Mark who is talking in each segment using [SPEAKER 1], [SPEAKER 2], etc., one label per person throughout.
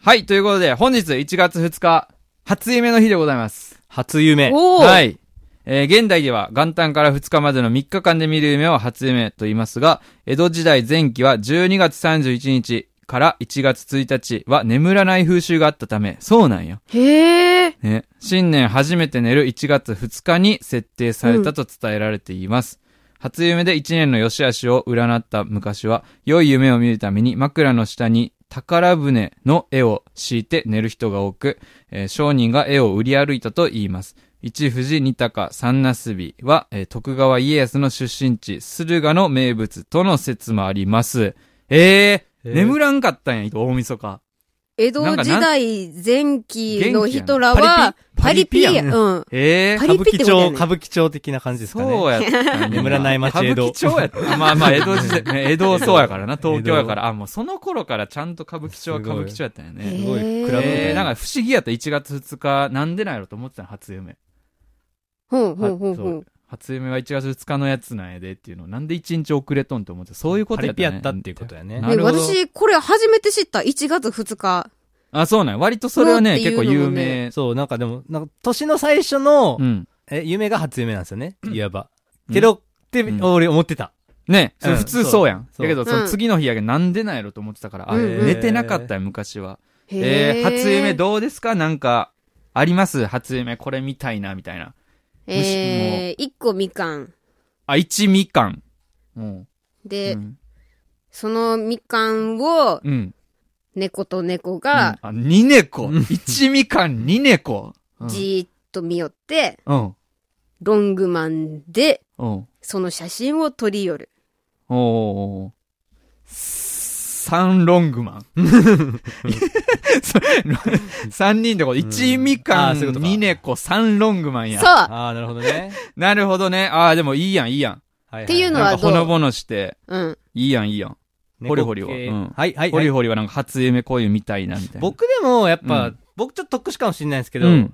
[SPEAKER 1] はい、ということで、本日1月2日、初夢の日でございます。
[SPEAKER 2] 初夢。
[SPEAKER 3] おー
[SPEAKER 1] はい。えー現代では元旦から2日までの3日間で見る夢を初夢と言いますが、江戸時代前期は12月31日から1月1日は眠らない風習があったため、そうなんよ。
[SPEAKER 3] へえ。
[SPEAKER 1] ね。新年初めて寝る1月2日に設定されたと伝えられています。初夢で1年の良し悪しを占った昔は、良い夢を見るために枕の下に宝船の絵を敷いて寝る人が多く、えー商人が絵を売り歩いたと言います。一富士二鷹三なすびは、えー徳川家康の出身地、駿河の名物との説もあります。えー、
[SPEAKER 2] えー
[SPEAKER 1] 眠らんかったんや、大晦日。
[SPEAKER 3] 江戸時代前期の人ら
[SPEAKER 1] なん
[SPEAKER 3] は
[SPEAKER 1] か、
[SPEAKER 2] パ
[SPEAKER 3] パ
[SPEAKER 2] リ
[SPEAKER 3] リ
[SPEAKER 2] ピ
[SPEAKER 3] ピ
[SPEAKER 2] やん
[SPEAKER 3] やん。うん。
[SPEAKER 1] えー
[SPEAKER 3] パ
[SPEAKER 2] 歌
[SPEAKER 3] リ
[SPEAKER 2] 舞
[SPEAKER 3] ピって
[SPEAKER 2] 伎
[SPEAKER 3] ことだよ
[SPEAKER 2] 町、
[SPEAKER 3] ね
[SPEAKER 2] 歌舞伎町的な感じですかね。
[SPEAKER 1] そうやったんや。
[SPEAKER 2] 眠らない街江戸
[SPEAKER 1] 歌舞伎町やった。まあまあ、江戸時代、 ね江戸そうやからな、東京やから。あ、もうその頃からちゃんと歌舞伎町は
[SPEAKER 2] す
[SPEAKER 1] 歌
[SPEAKER 2] ごい
[SPEAKER 1] 舞伎町やったんや
[SPEAKER 3] へ
[SPEAKER 1] ね。
[SPEAKER 2] すごい、
[SPEAKER 3] えー
[SPEAKER 2] クラブみたい
[SPEAKER 1] えー、
[SPEAKER 2] な
[SPEAKER 1] なんか不思議やった。1月2日、なんでなんやろと思ってたの、初夢。
[SPEAKER 3] ほうほうほ
[SPEAKER 1] は
[SPEAKER 3] うほ
[SPEAKER 1] そう
[SPEAKER 3] う。
[SPEAKER 1] 初夢は1月2日のやつなんやでっていうのを、なんで1日遅れとんと思って、そういうこ
[SPEAKER 2] パ
[SPEAKER 1] とや
[SPEAKER 2] リ
[SPEAKER 1] った、
[SPEAKER 2] ピ
[SPEAKER 1] ね。
[SPEAKER 2] やったっていうことやね。
[SPEAKER 1] な
[SPEAKER 3] ね、
[SPEAKER 1] るほど
[SPEAKER 3] 私、これ初めて知った。1月2日。
[SPEAKER 1] あ、そうなんや割とそれはね、
[SPEAKER 3] そうってい
[SPEAKER 1] 結
[SPEAKER 3] う
[SPEAKER 1] 構
[SPEAKER 3] のもね
[SPEAKER 1] 有名。
[SPEAKER 2] そう、なんかでも、なんか年の最初の、
[SPEAKER 1] うん。
[SPEAKER 2] え、夢が初夢なんですよね。いわば。
[SPEAKER 1] うん
[SPEAKER 2] けど、って、
[SPEAKER 1] うん
[SPEAKER 2] 俺思ってた。
[SPEAKER 1] ね、
[SPEAKER 2] うん
[SPEAKER 1] 普通そうやん。
[SPEAKER 2] そう
[SPEAKER 1] だけど、
[SPEAKER 3] うん
[SPEAKER 1] その次の日やけど、なんでなんやろと思ってたから、あ、
[SPEAKER 3] うんうん
[SPEAKER 1] 寝てなかったよ、昔は。えー、
[SPEAKER 3] へ
[SPEAKER 1] 初夢どうですかなんか、あります初夢これみたいな、みたいな。
[SPEAKER 3] えー、1個みかん。
[SPEAKER 1] あ、一みかん。うん。
[SPEAKER 3] で、
[SPEAKER 1] うん
[SPEAKER 3] そのみかんを、
[SPEAKER 1] うん。
[SPEAKER 3] 猫と猫
[SPEAKER 1] あ
[SPEAKER 3] が、、
[SPEAKER 1] 二猫。一みかん二猫。うん
[SPEAKER 3] じーっと見よって、
[SPEAKER 1] うん。
[SPEAKER 3] ロングマンで、
[SPEAKER 1] うん。
[SPEAKER 3] その写真を撮り寄る。
[SPEAKER 1] おー。三ロングマン。 三人でこう、一みか
[SPEAKER 2] あ
[SPEAKER 1] ん
[SPEAKER 2] ーそういうことか
[SPEAKER 1] 二猫三ロングマン
[SPEAKER 3] そ
[SPEAKER 1] や。
[SPEAKER 3] うっ
[SPEAKER 2] ああ、なるほどね。
[SPEAKER 1] なるほどね。ああ、でもいいやん、いいやん。
[SPEAKER 2] って
[SPEAKER 3] いうの
[SPEAKER 1] なん
[SPEAKER 3] は
[SPEAKER 1] かほの
[SPEAKER 3] どう
[SPEAKER 1] ぼのして、
[SPEAKER 3] うん。
[SPEAKER 1] いいやん、いいやん。ホリホリはうん
[SPEAKER 2] はい、はい、
[SPEAKER 1] ホ
[SPEAKER 2] は
[SPEAKER 1] リ
[SPEAKER 2] い。
[SPEAKER 1] ホリはなんか初夢こういうみたいな、みたいな。
[SPEAKER 2] 僕でも、やっ
[SPEAKER 1] う
[SPEAKER 2] ぱ
[SPEAKER 1] ん、
[SPEAKER 2] 僕ちょっと特殊かもしれないですけど、
[SPEAKER 1] う
[SPEAKER 2] や
[SPEAKER 1] ん、
[SPEAKER 2] っ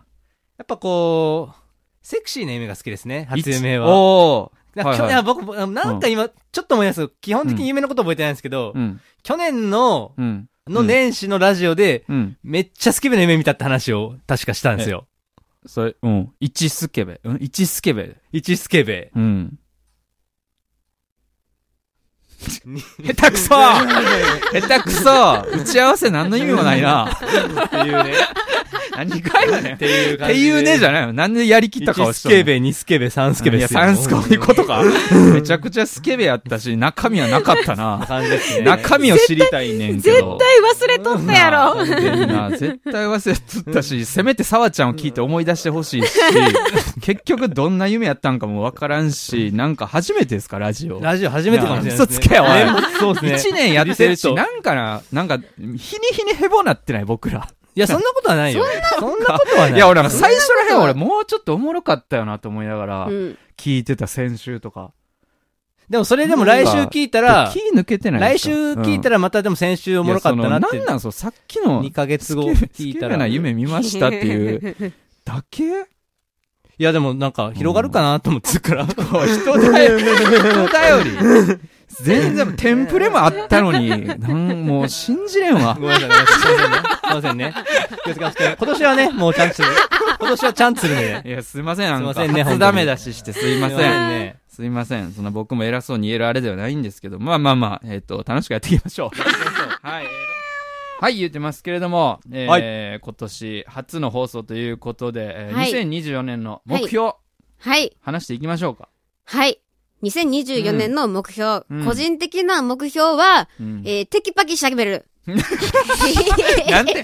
[SPEAKER 2] ぱこう、セクシーな夢が好きですね、初夢
[SPEAKER 1] 一
[SPEAKER 2] は。
[SPEAKER 1] おー。
[SPEAKER 2] なんか去
[SPEAKER 1] はい
[SPEAKER 2] 年
[SPEAKER 1] は
[SPEAKER 2] はい僕、なんか今、ちょっと思い出す。基本的に夢のこと覚えてないんですけど
[SPEAKER 1] う、ん。
[SPEAKER 2] 去年の、
[SPEAKER 1] うん。
[SPEAKER 2] の年始のラジオで、
[SPEAKER 1] うん。
[SPEAKER 2] めっちゃスケベの夢見たって話を確かしたんですよ。
[SPEAKER 1] それ、うん。一スケベ。うん一スケベ。
[SPEAKER 2] 一スケベ。
[SPEAKER 1] うん。
[SPEAKER 2] に
[SPEAKER 1] 下手くそ下手くそ打ち合わせ何の意味もないな。
[SPEAKER 2] っていう ね。
[SPEAKER 1] 何回だねん。
[SPEAKER 2] っていう
[SPEAKER 1] っていうねじゃないよ。なんでやりきった顔
[SPEAKER 2] 1
[SPEAKER 1] し
[SPEAKER 2] ス
[SPEAKER 1] て
[SPEAKER 2] ケ
[SPEAKER 1] んの。
[SPEAKER 2] ベ、2スケベ、3スケ
[SPEAKER 1] い
[SPEAKER 2] ベで
[SPEAKER 1] や、
[SPEAKER 2] すよ。
[SPEAKER 1] サンスコいうことか。めちゃくちゃスケベやったし、中身はなかったな。
[SPEAKER 2] 感じですね。
[SPEAKER 1] 中身を知りたいねんけど。
[SPEAKER 3] 忘れとったやろ。
[SPEAKER 1] な絶対忘れとったし、せめて沢ちゃんを聞いて思い出してほしいし、結局どんな夢やったんかもわからんし、なんか初めてですか、ラジオ。
[SPEAKER 2] ラジオ初めてかもしれないです、ね。
[SPEAKER 1] 嘘つけよおい
[SPEAKER 2] 年末そうですね。
[SPEAKER 1] 一年やってる
[SPEAKER 2] リセ
[SPEAKER 1] し、
[SPEAKER 2] ット
[SPEAKER 1] なんかな、なんか、日に日にヘボなってない、僕ら。
[SPEAKER 2] いや、そんなことはないよ。そんなことはない。
[SPEAKER 1] いや、俺なんか最初らへん俺もうちょっとおもろかったよなと思いながら
[SPEAKER 3] う、ん。
[SPEAKER 1] 聞いてた先週とか。
[SPEAKER 2] でもそれでも来週聞いたら、
[SPEAKER 1] 気抜けてない
[SPEAKER 2] 来週聞いた
[SPEAKER 1] ら、
[SPEAKER 2] らまたでも先週お
[SPEAKER 1] お
[SPEAKER 2] もろかったなって。
[SPEAKER 1] なんなんそう、さっきの、
[SPEAKER 2] 2ヶ月後
[SPEAKER 1] スケベ
[SPEAKER 2] 聞いた
[SPEAKER 1] スケベな
[SPEAKER 2] ら。い
[SPEAKER 1] 夢見ましたって いう、
[SPEAKER 3] う。
[SPEAKER 1] だけ
[SPEAKER 2] や、でもなんか広がるかなと思ってるから。
[SPEAKER 1] おい 人頼り、人頼り。全然、テンプレもあったのに、なんもう信じれんわ
[SPEAKER 2] ご。めんなさい、ごめんなさいすいませんね。すいませんね気をつけます けど。今年はね、もうちゃんとする。今年はちゃんとするね。
[SPEAKER 1] いや、すいません、なんか、
[SPEAKER 2] すいませんね
[SPEAKER 1] 初ダメ出ししてすいません。
[SPEAKER 2] ね。
[SPEAKER 1] すいません。そんな僕も偉そうに言えるあれではないんですけど、まあまあまあ、えっ、と、楽しくやっていきましょう。はい。はい、言ってますけれども、えー今年初の放送ということで、えー
[SPEAKER 3] はい
[SPEAKER 1] 2024年の目標、
[SPEAKER 3] はい。
[SPEAKER 1] 話していきましょうか。
[SPEAKER 3] はい。2024年の目標。
[SPEAKER 1] うん
[SPEAKER 3] 個人的な目標は、
[SPEAKER 1] うん
[SPEAKER 3] えー、テキパキしゃ べる。
[SPEAKER 1] なんで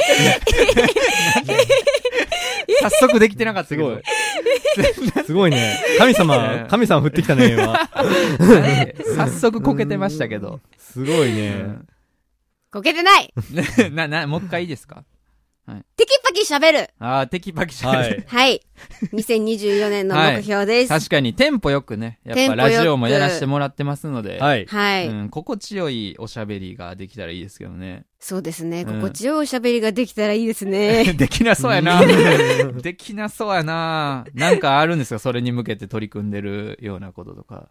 [SPEAKER 1] 早速できてなかったけど。
[SPEAKER 2] すごいね。神様、神様降ってきたね、今。
[SPEAKER 1] なんで早速こけてましたけど。
[SPEAKER 2] すごいね。
[SPEAKER 3] こけてない
[SPEAKER 1] な、な、もう一回いいですか
[SPEAKER 3] テキパキしゃべる
[SPEAKER 1] ああ、テキパキしゃべる
[SPEAKER 2] は
[SPEAKER 3] は
[SPEAKER 2] い。
[SPEAKER 3] い。2024年の目標です。はい。
[SPEAKER 1] 確かにテンポよくね。やっ
[SPEAKER 3] テ
[SPEAKER 1] ぱ
[SPEAKER 3] ンポよ
[SPEAKER 1] ラ
[SPEAKER 3] く
[SPEAKER 1] ジオもやらせてもらってますので。
[SPEAKER 2] はい。
[SPEAKER 1] うん、心地よいおしゃべりができたらいいですけどね。
[SPEAKER 3] そうですね。
[SPEAKER 1] うん
[SPEAKER 3] 心地よいおしゃべりができたらいいですね。
[SPEAKER 1] できなそうやな。できなそうやな。なんかあるんですかそれに向けて取り組んでるようなこととか。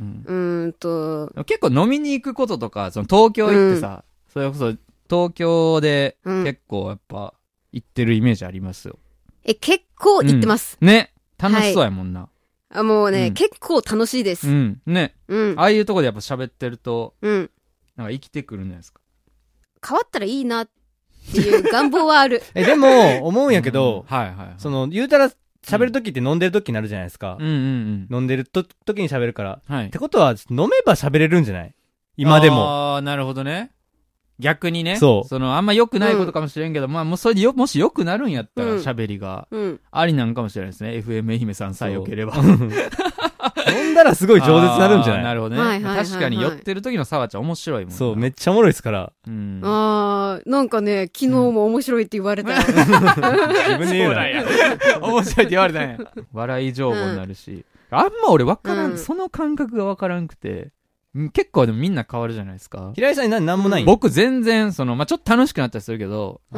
[SPEAKER 1] うん
[SPEAKER 3] うーんと、
[SPEAKER 1] 結構飲みに行くこととか、その東京行ってさ、それこそ東京で
[SPEAKER 3] うん
[SPEAKER 1] 結構やっぱ行ってるイメージありますよ。
[SPEAKER 3] え、結構行ってます。
[SPEAKER 1] ね楽しそうやもんな。
[SPEAKER 3] あもうね、
[SPEAKER 1] うん
[SPEAKER 3] 結構楽しいで
[SPEAKER 1] う
[SPEAKER 3] す。
[SPEAKER 1] ん。ね
[SPEAKER 3] うん
[SPEAKER 1] あ。あいうとこでやっぱ喋ってると、
[SPEAKER 3] うん。
[SPEAKER 1] なんか生きてくるんじゃないですか。
[SPEAKER 3] 変わったらいいなっていう願望はある。
[SPEAKER 2] え、でも、思うんやけど、
[SPEAKER 1] うんはいはいはい。
[SPEAKER 2] その、言うたら、喋る時って飲んでる時になるじゃないですか
[SPEAKER 1] うん。うん
[SPEAKER 2] 飲んでると時に喋るから。
[SPEAKER 1] うん。は
[SPEAKER 2] っ
[SPEAKER 1] い
[SPEAKER 2] て。ことは、飲めば喋れるんじゃない今でも。
[SPEAKER 1] ああ、なるほどね。逆にね。
[SPEAKER 2] そう
[SPEAKER 1] その、あんま良くないことかもしれんけど、まあ、もうそれでよ、もし良くなるんやったら
[SPEAKER 3] うん
[SPEAKER 1] 喋りが
[SPEAKER 3] うん。
[SPEAKER 1] ありなんかもしれないですね。FM 愛媛さんさえ良ければ。
[SPEAKER 2] そう飲んだらすごい饒舌になるんじゃ
[SPEAKER 1] あー
[SPEAKER 2] な
[SPEAKER 1] ないるほど
[SPEAKER 3] はいは
[SPEAKER 1] ね。
[SPEAKER 3] いはいはい
[SPEAKER 1] 確かに寄ってる時の沢ちゃん面白いもんな。
[SPEAKER 2] そう、めっちゃおもろいですから。
[SPEAKER 1] うん。
[SPEAKER 3] あー、なんかね、昨日も面白いって言われたよ。
[SPEAKER 2] 自 分で言うな。
[SPEAKER 1] 面白いって言われたんや。笑い情報になるし。あんま俺わから
[SPEAKER 3] うん
[SPEAKER 1] ん、その感覚がわからんくて。うん結構でもみんな変わるじゃないですか。
[SPEAKER 2] 平井さんに何なんもないん
[SPEAKER 1] 僕全然、その、まあ、ちょっと楽しくなったりするけど、
[SPEAKER 2] あ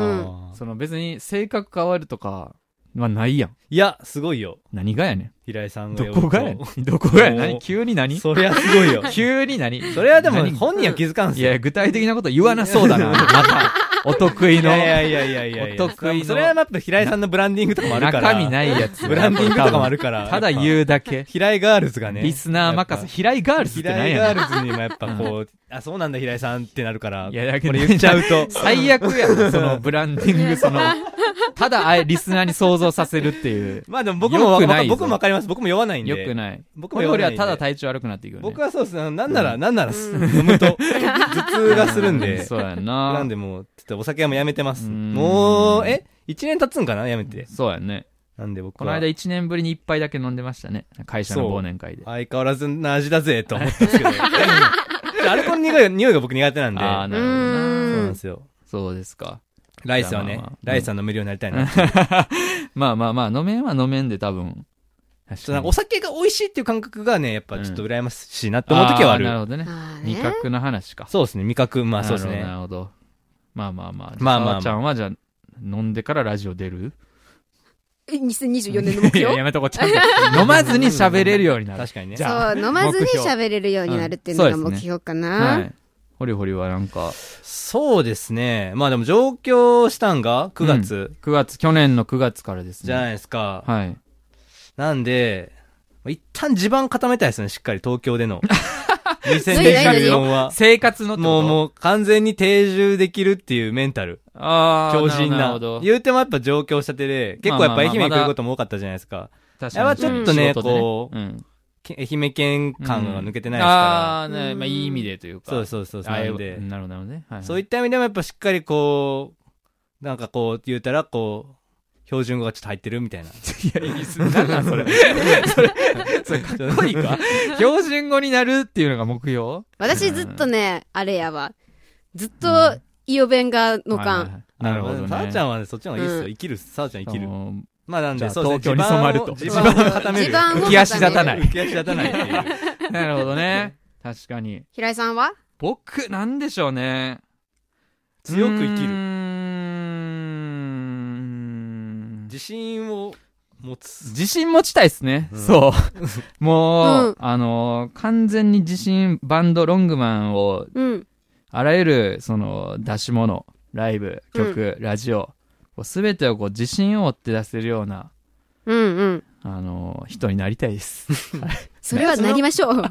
[SPEAKER 2] ー
[SPEAKER 1] その別に性格変わるとかはないやん。
[SPEAKER 2] いや、すごいよ。
[SPEAKER 1] 何がやね
[SPEAKER 2] 平井さん
[SPEAKER 1] ん。
[SPEAKER 2] が
[SPEAKER 1] ど
[SPEAKER 2] よ。
[SPEAKER 1] こがやねん。どこがやねん。
[SPEAKER 2] もう
[SPEAKER 1] 何急に何
[SPEAKER 2] そりゃすごいよ。
[SPEAKER 1] 急に何
[SPEAKER 2] それはでも
[SPEAKER 1] 何
[SPEAKER 2] 本人は気づかんす
[SPEAKER 1] い
[SPEAKER 2] よ。
[SPEAKER 1] や、具体的なこと言わなそうだな。また、お得意
[SPEAKER 2] い
[SPEAKER 1] の。
[SPEAKER 2] やいやいやいやいや。
[SPEAKER 1] お得意の
[SPEAKER 2] それはやっぱ平井さんのブランディングとかもあるから。
[SPEAKER 1] 中身ないやつ。
[SPEAKER 2] ブランディングとかもあるから。
[SPEAKER 1] ただ
[SPEAKER 2] う。
[SPEAKER 1] 言うだけ。
[SPEAKER 2] 平井ガールズがね。
[SPEAKER 1] リスナー任せ。平井ガールズって
[SPEAKER 2] 平
[SPEAKER 1] 何
[SPEAKER 2] 井
[SPEAKER 1] や
[SPEAKER 2] ガ
[SPEAKER 1] ね
[SPEAKER 2] ールズにもやっぱ こう、あ、そうなんだ平井さんってなるから。
[SPEAKER 1] ん。いや、だけ
[SPEAKER 2] こ
[SPEAKER 1] ど。
[SPEAKER 2] れ言っちゃうと
[SPEAKER 1] 最悪や ん、そのブランディング、その、ただあえリスナーに想像させるっていう。
[SPEAKER 2] まあでも僕もわ
[SPEAKER 1] 良くないぞ
[SPEAKER 2] 僕もわかります。僕も酔わないんで。
[SPEAKER 1] よくない。
[SPEAKER 2] 僕
[SPEAKER 1] こ
[SPEAKER 2] も
[SPEAKER 1] れ
[SPEAKER 2] 酔わ
[SPEAKER 1] より
[SPEAKER 2] な
[SPEAKER 1] は
[SPEAKER 2] いんで。
[SPEAKER 1] ただ体調悪くなっていくよね。
[SPEAKER 2] 僕はそうですね。なんなら、なんならす、飲むと、頭痛がするん
[SPEAKER 1] う
[SPEAKER 2] で。
[SPEAKER 1] そうやん
[SPEAKER 2] な。
[SPEAKER 1] なん
[SPEAKER 2] でもう、ちょっとお酒はもうやめてます。
[SPEAKER 1] うん
[SPEAKER 2] もう、え ?1 年経つんかなやめて。
[SPEAKER 1] そうやんね。
[SPEAKER 2] なんで僕
[SPEAKER 1] こ
[SPEAKER 2] は。
[SPEAKER 1] の間1年ぶりに一杯だけ飲んでましたね。会社の忘年会で。
[SPEAKER 2] 相変わらずな味だぜ、と思った んですけど。アルコールの匂い匂いが僕苦手なんで。
[SPEAKER 1] ああ、
[SPEAKER 2] そ
[SPEAKER 1] なるほど
[SPEAKER 2] う
[SPEAKER 1] な。
[SPEAKER 2] なんですよ。
[SPEAKER 1] そうですか。
[SPEAKER 2] ライスは
[SPEAKER 1] じゃ
[SPEAKER 2] ね
[SPEAKER 1] あまあまあ、
[SPEAKER 2] ライスは飲めるようになりた いな。ちょ
[SPEAKER 1] まあまあまあ、飲めんは飲めんで多分。
[SPEAKER 2] っとなんかお酒が美味しいっていう感覚がね、やっぱちょっと羨ましいなって思う時はあ
[SPEAKER 1] あーなる
[SPEAKER 2] る。
[SPEAKER 1] ほどね。
[SPEAKER 3] あー
[SPEAKER 1] 味
[SPEAKER 3] ね。
[SPEAKER 1] 覚の話か。
[SPEAKER 2] そうですね、味覚、まあそうです
[SPEAKER 1] な
[SPEAKER 2] ね。
[SPEAKER 1] るほどなるほど。まあまあまあ。
[SPEAKER 2] ま
[SPEAKER 1] ま
[SPEAKER 2] あ
[SPEAKER 1] あ
[SPEAKER 2] まあまあ
[SPEAKER 1] ちゃんはじゃあ、飲んでからラジオ出る
[SPEAKER 3] え2024年の
[SPEAKER 1] い
[SPEAKER 3] 目
[SPEAKER 1] や、
[SPEAKER 3] 標
[SPEAKER 1] やめとこうちゃんと。飲まずに喋れるようになる。
[SPEAKER 2] 確かにね。
[SPEAKER 1] じゃ
[SPEAKER 3] そう、飲まずに
[SPEAKER 1] 目標
[SPEAKER 3] 喋れるようになるっていうのが
[SPEAKER 1] うんそうですね
[SPEAKER 3] 目標か
[SPEAKER 1] は
[SPEAKER 3] な。
[SPEAKER 1] い。ホリホリはなんか、
[SPEAKER 2] そうですね。まあでも上京したんが9月
[SPEAKER 1] 9月、去年の9月からですね。
[SPEAKER 2] じゃないですか。
[SPEAKER 1] はい。
[SPEAKER 2] なんで、一旦地盤固めたいですね、しっかり東 京での。2024
[SPEAKER 3] 2024
[SPEAKER 2] は。
[SPEAKER 1] 生活のってこと
[SPEAKER 2] もうもう完全に定住できるっていうメンタル。
[SPEAKER 1] ああ、
[SPEAKER 2] 強靭
[SPEAKER 1] る
[SPEAKER 2] な
[SPEAKER 1] ほどるほど。
[SPEAKER 2] 言うてもやっぱ上京したてで、結構やっぱ愛媛来ることも多かったじゃないですか。
[SPEAKER 1] 確
[SPEAKER 2] やっぱ
[SPEAKER 3] ちょっ
[SPEAKER 2] とね
[SPEAKER 1] 仕事で
[SPEAKER 2] こう
[SPEAKER 1] うん
[SPEAKER 2] け愛媛県感が抜けてないです
[SPEAKER 1] あ
[SPEAKER 2] か
[SPEAKER 1] あー、ね、まあいい意味でという
[SPEAKER 2] ら。
[SPEAKER 1] か。
[SPEAKER 2] そうそうそうそう。
[SPEAKER 1] あ
[SPEAKER 2] な
[SPEAKER 1] え
[SPEAKER 2] んで、
[SPEAKER 1] なるほどなるほどね。はい。
[SPEAKER 2] そういった意味でもやっぱしっかりこう、なんかこう言うたらこう、標準語がちょっと入ってるみたい
[SPEAKER 1] い
[SPEAKER 2] な。
[SPEAKER 1] や、いいっすね。なんなんそ れ。 それ、それかっこいいか。標準語になるっていうのが目標
[SPEAKER 3] 私ずっとね、あれやわ。ずっと、イオ弁がの
[SPEAKER 1] はい
[SPEAKER 3] か
[SPEAKER 1] はいは
[SPEAKER 3] ん。
[SPEAKER 1] いなるほどね。
[SPEAKER 2] さあちゃんはねそっちの方がいいっすよ。
[SPEAKER 3] うん
[SPEAKER 2] 生きるっす。さあちゃん生きる
[SPEAKER 1] そ。の
[SPEAKER 2] まあなん
[SPEAKER 1] じゃ
[SPEAKER 2] で、
[SPEAKER 1] あ
[SPEAKER 2] そうです
[SPEAKER 1] 東京
[SPEAKER 2] ね。
[SPEAKER 1] に染まると
[SPEAKER 2] 地盤を地盤を固める。
[SPEAKER 3] 地盤を
[SPEAKER 1] 浮き足立たない
[SPEAKER 2] 浮き足立たないっていう。
[SPEAKER 1] なるほどね。確かに。
[SPEAKER 3] 平井さんは
[SPEAKER 1] 僕、なんでしょうね。
[SPEAKER 2] 強く生き
[SPEAKER 1] うー
[SPEAKER 2] る。
[SPEAKER 1] ん
[SPEAKER 2] 自信を持つ。
[SPEAKER 1] 自信持ちたいっすね。
[SPEAKER 2] うん
[SPEAKER 1] そう。もう、
[SPEAKER 3] うん
[SPEAKER 1] あのー完全に自信、バンド、ロングマンを、
[SPEAKER 3] うん。
[SPEAKER 1] あらゆる、その、出し物、ライブ、曲、ラジオ、すべてをこう、自信を持って出せるような、
[SPEAKER 3] うんうん。
[SPEAKER 1] あのー人になりたいです。
[SPEAKER 3] それはなりましょ う。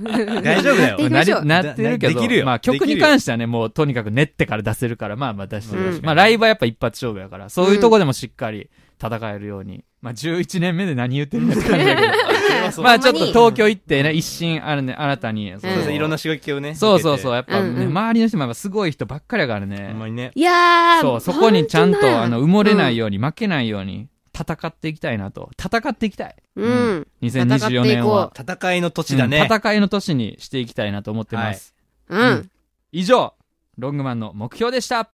[SPEAKER 2] 大丈夫だ
[SPEAKER 3] やっ
[SPEAKER 2] よ
[SPEAKER 3] ていき
[SPEAKER 1] な
[SPEAKER 3] まし
[SPEAKER 1] り
[SPEAKER 3] ょう。
[SPEAKER 1] なってるけ
[SPEAKER 2] で
[SPEAKER 1] ど
[SPEAKER 2] できるよ
[SPEAKER 1] まあ、曲
[SPEAKER 2] でき
[SPEAKER 1] に
[SPEAKER 2] るよ
[SPEAKER 1] 関してはね、もうとにかく練ってから出せるから、まあまあ出してる
[SPEAKER 3] うん
[SPEAKER 1] し、まあライブはやっぱ一発勝負やから、そういうとこでもしっかり戦えるように。まあ11年目で何言ってるんですかね。 まあちょっと東京行ってね、一新あるね、新たに。そ
[SPEAKER 2] そう
[SPEAKER 1] の
[SPEAKER 2] ですねいろんな刺激をね。
[SPEAKER 1] そうそうそう、
[SPEAKER 2] 受
[SPEAKER 1] やっぱ
[SPEAKER 3] うんう
[SPEAKER 1] ね、
[SPEAKER 3] ん
[SPEAKER 1] 周りの人もやっぱすごい人ばっかりやから
[SPEAKER 2] けて。ほんま
[SPEAKER 1] ね。
[SPEAKER 2] にね。
[SPEAKER 3] いやー。
[SPEAKER 1] そう、そこにちゃん
[SPEAKER 3] 本当
[SPEAKER 1] と、
[SPEAKER 3] だ
[SPEAKER 1] あの、埋もれないように、負けないように、戦っていきたいなと。戦っていきたい。
[SPEAKER 3] うん。
[SPEAKER 1] 2024年は。
[SPEAKER 2] 戦いの土地だね
[SPEAKER 1] う。ん戦いの年にしていきたいなと思ってます。
[SPEAKER 3] うん。
[SPEAKER 1] 以上、ロングマンの目標でした。